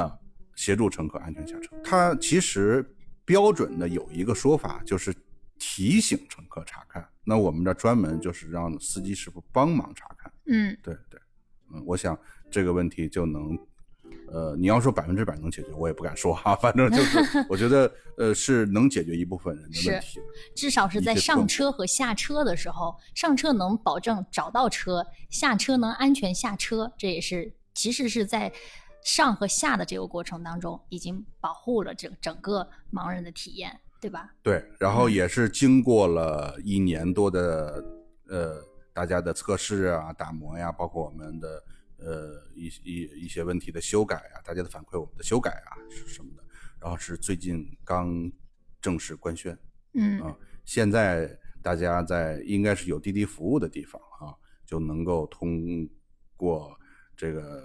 A: 啊、协助乘客安全下车。它其实标准的有一个说法，就是提醒乘客查看。那我们这专门就是让司机师傅帮忙查看。
B: 嗯
A: 对对，嗯，我想这个问题就能，呃，你要说百分之百能解决，我也不敢说哈、反正就是
B: [laughs]
A: 我觉得呃是能解决一部分人的问题的。
B: 至少是
A: 一
B: 在
A: 些
B: 上
A: 更
B: 车和下车的时候，上车能保证找到车，下车能安全下车，这也是其实是在上和下的这个过程当中，已经保护了整整个盲人的体验，对吧？
A: 对，然后也是经过了一年多的呃大家的测试啊、打磨呀、包括我们的呃一一一些问题的修改啊，大家的反馈我们的修改啊是什么的，然后是最近刚正式官宣。
B: 嗯
A: 啊现在大家在应该是有滴滴服务的地方啊，就能够通过这个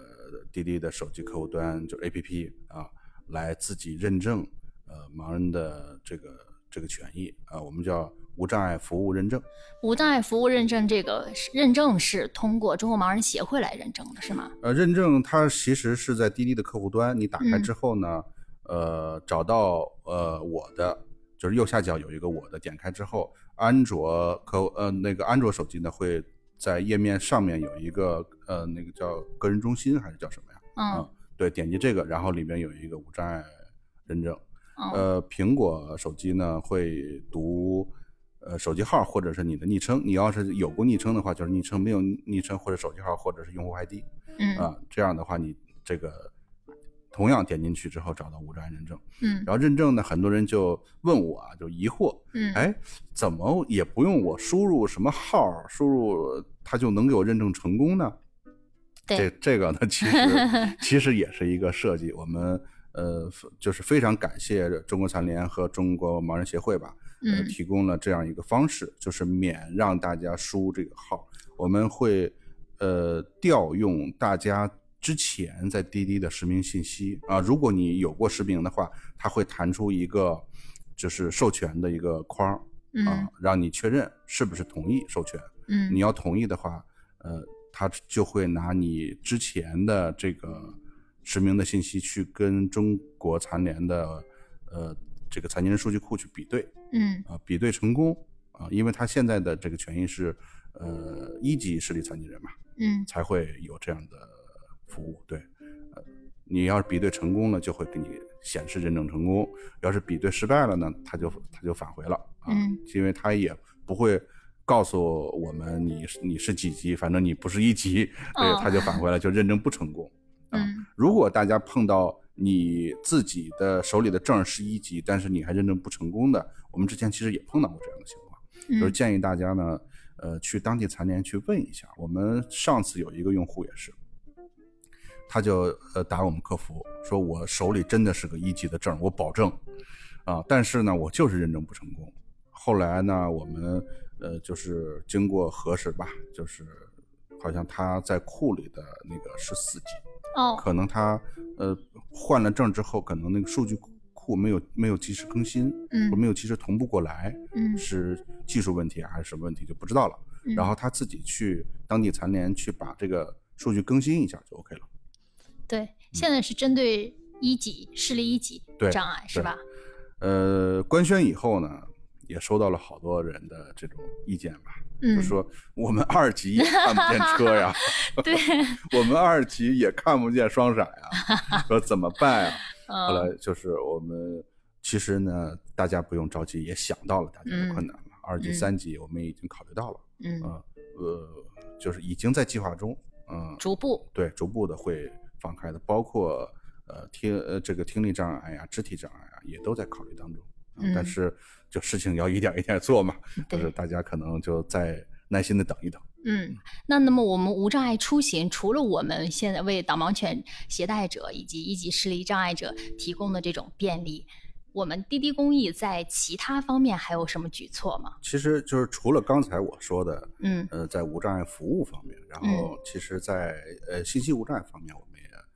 A: 滴滴的手机客户端，就是 APP 啊，来自己认证呃盲人的这个这个权益啊，我们叫无障碍服务认证。
B: 无障碍服务认证这个是认证是通过中国盲人协会来认证的，是吗？
A: 呃，认证它其实是在滴滴的客户端，你打开
B: 嗯
A: 之后呢，呃，找到呃我的，就是右下角有一个我的，点开之后，安卓客户呃那个安卓手机呢会在页面上面有一个呃那个叫个人中心还是叫什么呀？
B: 嗯
A: 啊对，点击这个，然后里面有一个无障碍认证。
B: 嗯
A: 呃，苹果手机呢会读呃手机号或者是你的昵称，你要是有过昵称的话，就是昵称；没有昵称或者手机号或者是用户 ID。
B: 嗯
A: 啊，这样的话你这个同样点进去之后找到无障碍认证，
B: 嗯
A: 然后认证呢，很多人就问我啊，就疑惑，
B: 嗯，
A: 哎，怎么也不用我输入什么号儿，输入它就能给我认证成功呢？这
B: 对，
A: 这个呢， [laughs] 其
B: [laughs]
A: 实其实也是一个设计。我们呃，就是非常感谢中国残联和中国盲人协会吧，呃，
B: 嗯
A: 提供了这样一个方式，就是免让大家输这个号。我们会呃调用大家之前在滴滴的实名信息啊，如果你有过实名的话，它会弹出一个就是授权的一个框儿啊
B: 嗯，
A: 让你确认是不是同意授权。
B: 嗯
A: 你要同意的话，呃，他就会拿你之前的这个实名的信息去跟中国残联的呃这个残疾人数据库去比对
B: 嗯
A: 啊、比对成功啊、因为他现在的这个权益是呃一级视力残疾人嘛，
B: 嗯
A: 才会有这样的服务。对，呃，你要是比对成功了，就会给你显示认证成功；要是比对失败了呢，它就它就返回了啊，
B: 嗯
A: 因为它也不会。告诉我们你是你是几级，反正你不是一级，对，
B: 哦
A: 它就返回来，就认证不成功。啊
B: 嗯
A: 如果大家碰到你自己的手里的证是一级，但是你还认证不成功的，我们之前其实也碰到过这样的情况。就是
B: 嗯
A: 建议大家呢，呃，去当地残联去问一下。我们上次有一个用户也是，他就呃打我们客服说，我手里真的是个一级的证，我保证啊，但是呢，我就是认证不成功。后来呢，我们呃就是经过核实吧，就是好像他在库里的那个是四级，
B: 哦
A: 可能他呃换了证之后，可能那个数据库没有没有及时更新，
B: 嗯
A: 或没有及时同步过来，
B: 嗯
A: 是技术问题还是什么问题就不知道了。
B: 嗯
A: 然后他自己去当地残联去把这个数据更新一下就 OK 了。嗯
B: 对，现在是针对一级视力一级
A: 对
B: 障碍是
A: 对
B: 吧？
A: 呃，官宣以后呢，也收到了好多人的这种意见吧，
B: 嗯
A: 就，说我们二级 [laughs] 也看不见车呀，
B: [laughs] 对，
A: 我们二级也看不见双闪呀，说怎么办呀？后
B: [laughs] 嗯
A: 来就是我们其实呢，大家不用着急，也想到了大家的困难了。二级、
B: 嗯
A: 三级我们也已经考虑到了，
B: 嗯，
A: 呃，就是已经在计划中，嗯，
B: 逐步，
A: 对，逐步的会放开的，包括呃听呃这个听力障碍呀、肢体障碍啊，也都在考虑当中。啊
B: 嗯
A: 但是就事情要一点一点做嘛，就是
B: 对
A: 大家可能就再耐心的等一等。
B: 嗯，那那么我们无障碍出行，除了我们现在为导盲犬携带者以及一级视力障碍者提供的这种便利，我们滴滴公益在其他方面还有什么举措吗？
A: 其实就是除了刚才我说的，
B: 嗯
A: 呃，在无障碍服务方面，然后其实在，呃信息无障碍方面，我们也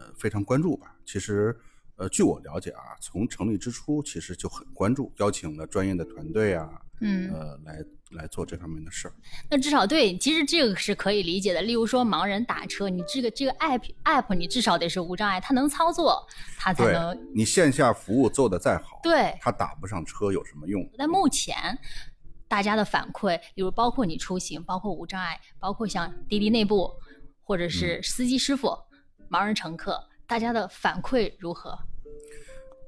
A: 呃非常关注吧。其实，呃，据我了解啊，从成立之初，其实就很关注，邀请了专业的团队啊，
B: 嗯，
A: 呃，来来做这方面的事儿。
B: 那至少对，其实这个是可以理解的。例如说盲人打车，你这个这个 app app 你至少得是无障碍，他能操作，他才
A: 对
B: 能
A: 你线下服务做得再好，
B: 对。
A: 他打不上车有什么用？
B: 但目前大家的反馈，比如包括你出行，包括无障碍，包括像滴滴内部或
A: 嗯
B: 者是司机师傅、盲人乘客，大家的反馈如何？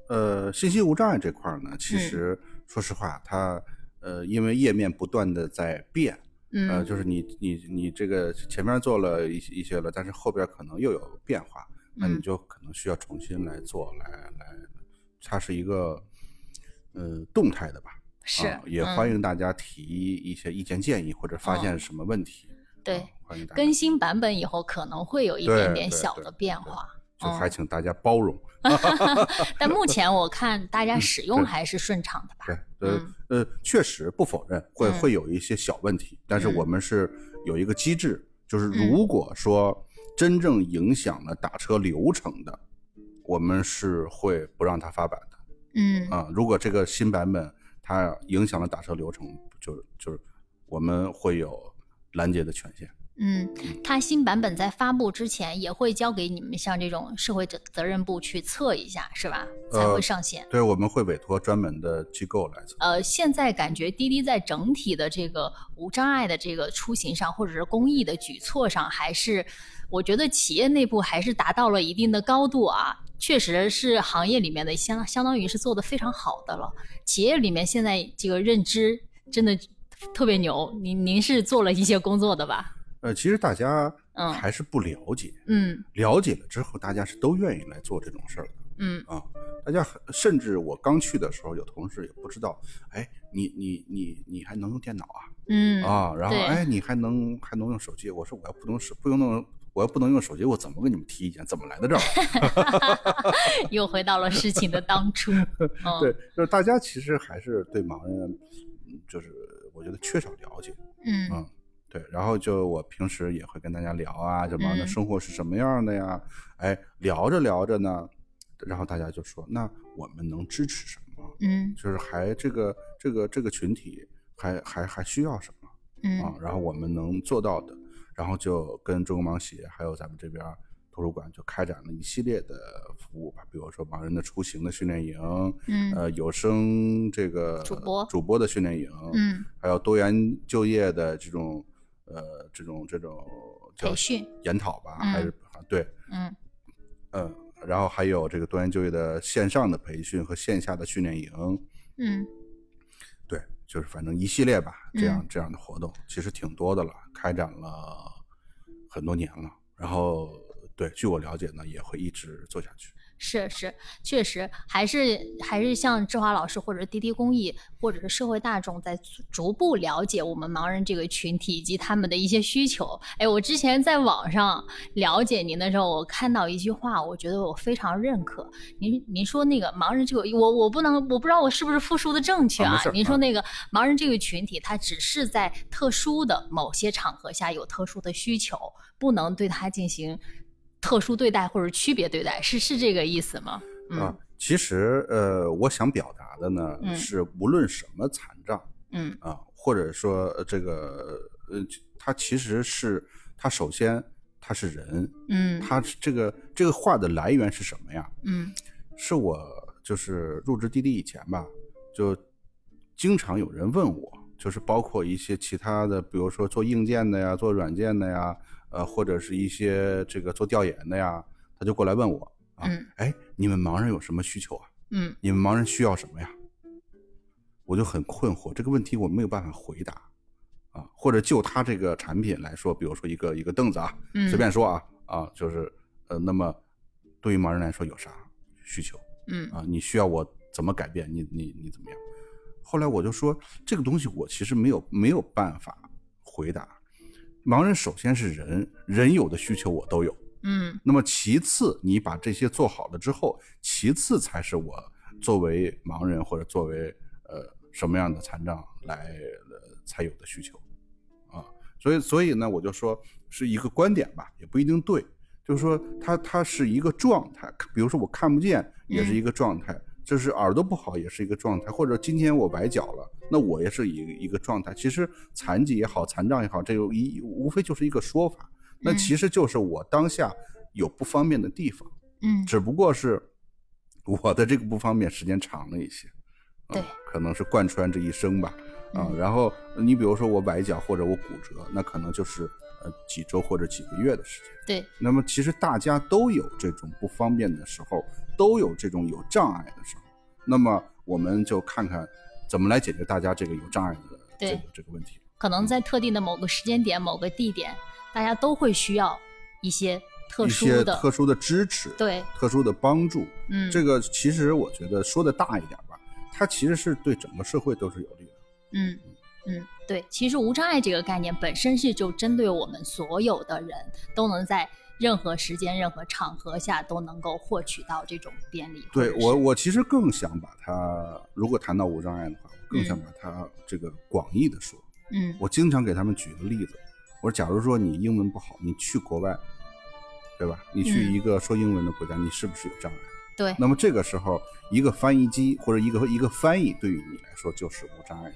A: 呃，信息无障碍这块儿呢，
B: 嗯
A: 其实、说实话，它呃，因为页面不断的在变，
B: 嗯，
A: 呃，就是你你你这个前面做了一些一些了，但是后边可能又有变化，那你
B: 嗯
A: 就可能需要重新来做，来来，它是一个呃动态的吧，
B: 是、
A: 啊也欢
B: 嗯、
A: 迎大家提一些意见建议或者发
B: 哦
A: 现什么问题，
B: 对
A: 啊欢迎大家
B: 更新版本以后可能会有一
A: 对
B: 点点
A: 对
B: 小
A: 对
B: 的变化。
A: 就
B: 嗯
A: 还请大家包容，
B: 但目前我看大家使用
A: 嗯对
B: 还是顺畅的吧？
A: 对，呃、
B: 嗯
A: 呃，确实不否认会、
B: 嗯
A: 会有一些小问题，但是
B: 嗯
A: 我们是有一个机制，就是如果说真正影响了打车流程的，我们是会不让它发版的
B: 嗯
A: 啊、如果这个新版本它影响了打车流程，就就是我们会有拦截的权限。
B: 嗯，它新版本在发布之前也会交给你们像这种社会责责任部去测一下，是吧？才
A: 呃
B: 会上线。
A: 对，我们会委托专门的机构来测。
B: 呃，现在感觉滴滴在整体的这个无障碍的这个出行上，或者是公益的举措上，还是我觉得企业内部还是达到了一定的高度啊。确实是行业里面的相相当于是做的非常好的了。企业里面现在这个认知真的特别牛，您您是做了一些工作的吧？
A: 呃，其实大家
B: 嗯
A: 还是不了解，
B: 嗯
A: 了解了之后，大家是都愿意来做这种事儿的。
B: 嗯
A: 啊，大家很甚至我刚去的时候，有同事也不知道，哎，你你你你还能用电脑啊？
B: 嗯
A: 啊，然后
B: 对
A: 哎，你还能还能用手机？我说我要不能手不用弄，我要不能用手机，我怎么跟你们提意见？怎么来的这儿？
B: [laughs] 又回到了事情的当初。嗯，
A: [laughs] 对，就是大家其实还是对盲人，嗯就是我觉得缺少了解。
B: 嗯
A: 嗯对，然后就我平时也会跟大家聊啊，就忙
B: 嗯
A: 的生活是什么样的呀？哎，聊着聊着呢，然后大家就说，那我们能支持什么？
B: 嗯
A: 就是还这个这个这个群体还还还需要什么啊
B: 嗯？
A: 然后我们能做到的，然后就跟中国盲协还有咱们这边图书馆就开展了一系列的服务吧，比如说盲人的出行的训练营，
B: 嗯
A: 呃，有声这个
B: 主播
A: 主播的训练营，
B: 嗯，
A: 还有多元就业的这种呃这种这种叫
B: 培训
A: 研讨吧，
B: 嗯
A: 还是啊对，
B: 嗯
A: 嗯，然后还有这个多元就业的线上的培训和线下的训练营，
B: 嗯
A: 对，就是反正一系列吧，
B: 嗯
A: 这样、这样的活动其实挺多的了，开展了很多年了。然后对，据我了解呢，也会一直做下去。
B: 是是，确实还是还是像志华老师或者滴滴公益或者是社会大众在逐逐步了解我们盲人这个群体以及他们的一些需求。哎，我之前在网上了解您的时候，我看到一句话，我觉得我非常认可。您您说那个盲人这个，我我不能我不知道我是不是复述的正确
A: 啊没
B: 啊
A: 事儿
B: 您说
A: 啊
B: 那个盲人这个群体，他只是在特殊的某些场合下有特殊的需求，不能对他进行特殊对待或者区别对待，是是这个意思吗？
A: 啊
B: 嗯，
A: 其实呃，我想表达的呢、
B: 嗯
A: 是，无论什么残障
B: 嗯
A: 啊，或者说呃这个呃，它其实是它首先它是人，
B: 嗯
A: 它是这个这个话的来源是什么呀？
B: 嗯
A: 是我就是入职滴滴以前吧，就经常有人问我，就是包括一些其他的，比如说做硬件的呀，做软件的呀，呃，或者是一些这个做调研的呀，他就过来问我啊
B: 嗯，
A: 哎，你们盲人有什么需求啊？
B: 嗯
A: 你们盲人需要什么呀？我就很困惑这个问题，我没有办法回答啊。或者就他这个产品来说，比如说一个一个凳子啊，
B: 嗯，
A: 随便说啊啊，就是呃，那么对于盲人来说有啥需求
B: 嗯
A: 啊？你需要我怎么改变？你你你怎么样？后来我就说，这个东西我其实没有没有办法回答。盲人首先是人，人有的需求我都有，
B: 嗯
A: 那么其次，你把这些做好了之后，其次才是我作为盲人或者作为呃什么样的残障来、呃、才有的需求啊。所以，所以呢，我就说是一个观点吧，也不一定对。就是说它，它是一个状态，比如说我看不见也是一个状态，就是耳朵不好也是一个状态，或者今天我崴脚了，那我也是一个一个状态。其实残疾也好，残障也好，这有一无非就是一个说法，那
B: 嗯
A: 其实就是我当下有不方便的地方，
B: 嗯，
A: 只不过是我的这个不方便时间长了一些，啊
B: 对
A: 可能是贯穿这一生吧。啊，
B: 嗯
A: 然后你比如说我崴脚或者我骨折，那可能就是呃几周或者几个月的时间。
B: 对，
A: 那么其实大家都有这种不方便的时候，都有这种有障碍的时候。那么我们就看看怎么来解决大家这个有障碍的这个
B: 对
A: 这个问题。
B: 可能在特定的某个时间点、某个地点，大家都会需要一些特
A: 一
B: 殊
A: 些
B: 的，
A: 特殊的支持，
B: 对，
A: 特殊的帮助，
B: 嗯，
A: 这个其实我觉得说的大一点吧，它其实是对整个社会都是有利的。
B: 嗯，嗯，对，其实无障碍这个概念本身是就针对我们所有的人都能在任何时间、任何场合下都能够获取到这种便利。
A: 对
B: 或者是
A: 我，我其实更想把它，如果谈到无障碍的话，我更想把它这个广义的说。
B: 嗯
A: 我经常给他们举个例子，我说，假如说你英文不好，你去国外，对吧？你去
B: 嗯
A: 一个说英文的国家，你是不是有障碍？
B: 对，
A: 那么这个时候，一个翻译机或者一个一个翻译，对于你来说就是无障碍的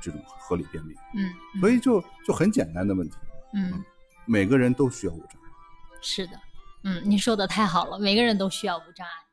A: 这种合理便利。
B: 嗯，嗯
A: 所以就就很简单的问题，
B: 嗯
A: 每个人都需要无障碍。
B: 是的，嗯，你说的太好了，每个人都需要无障碍。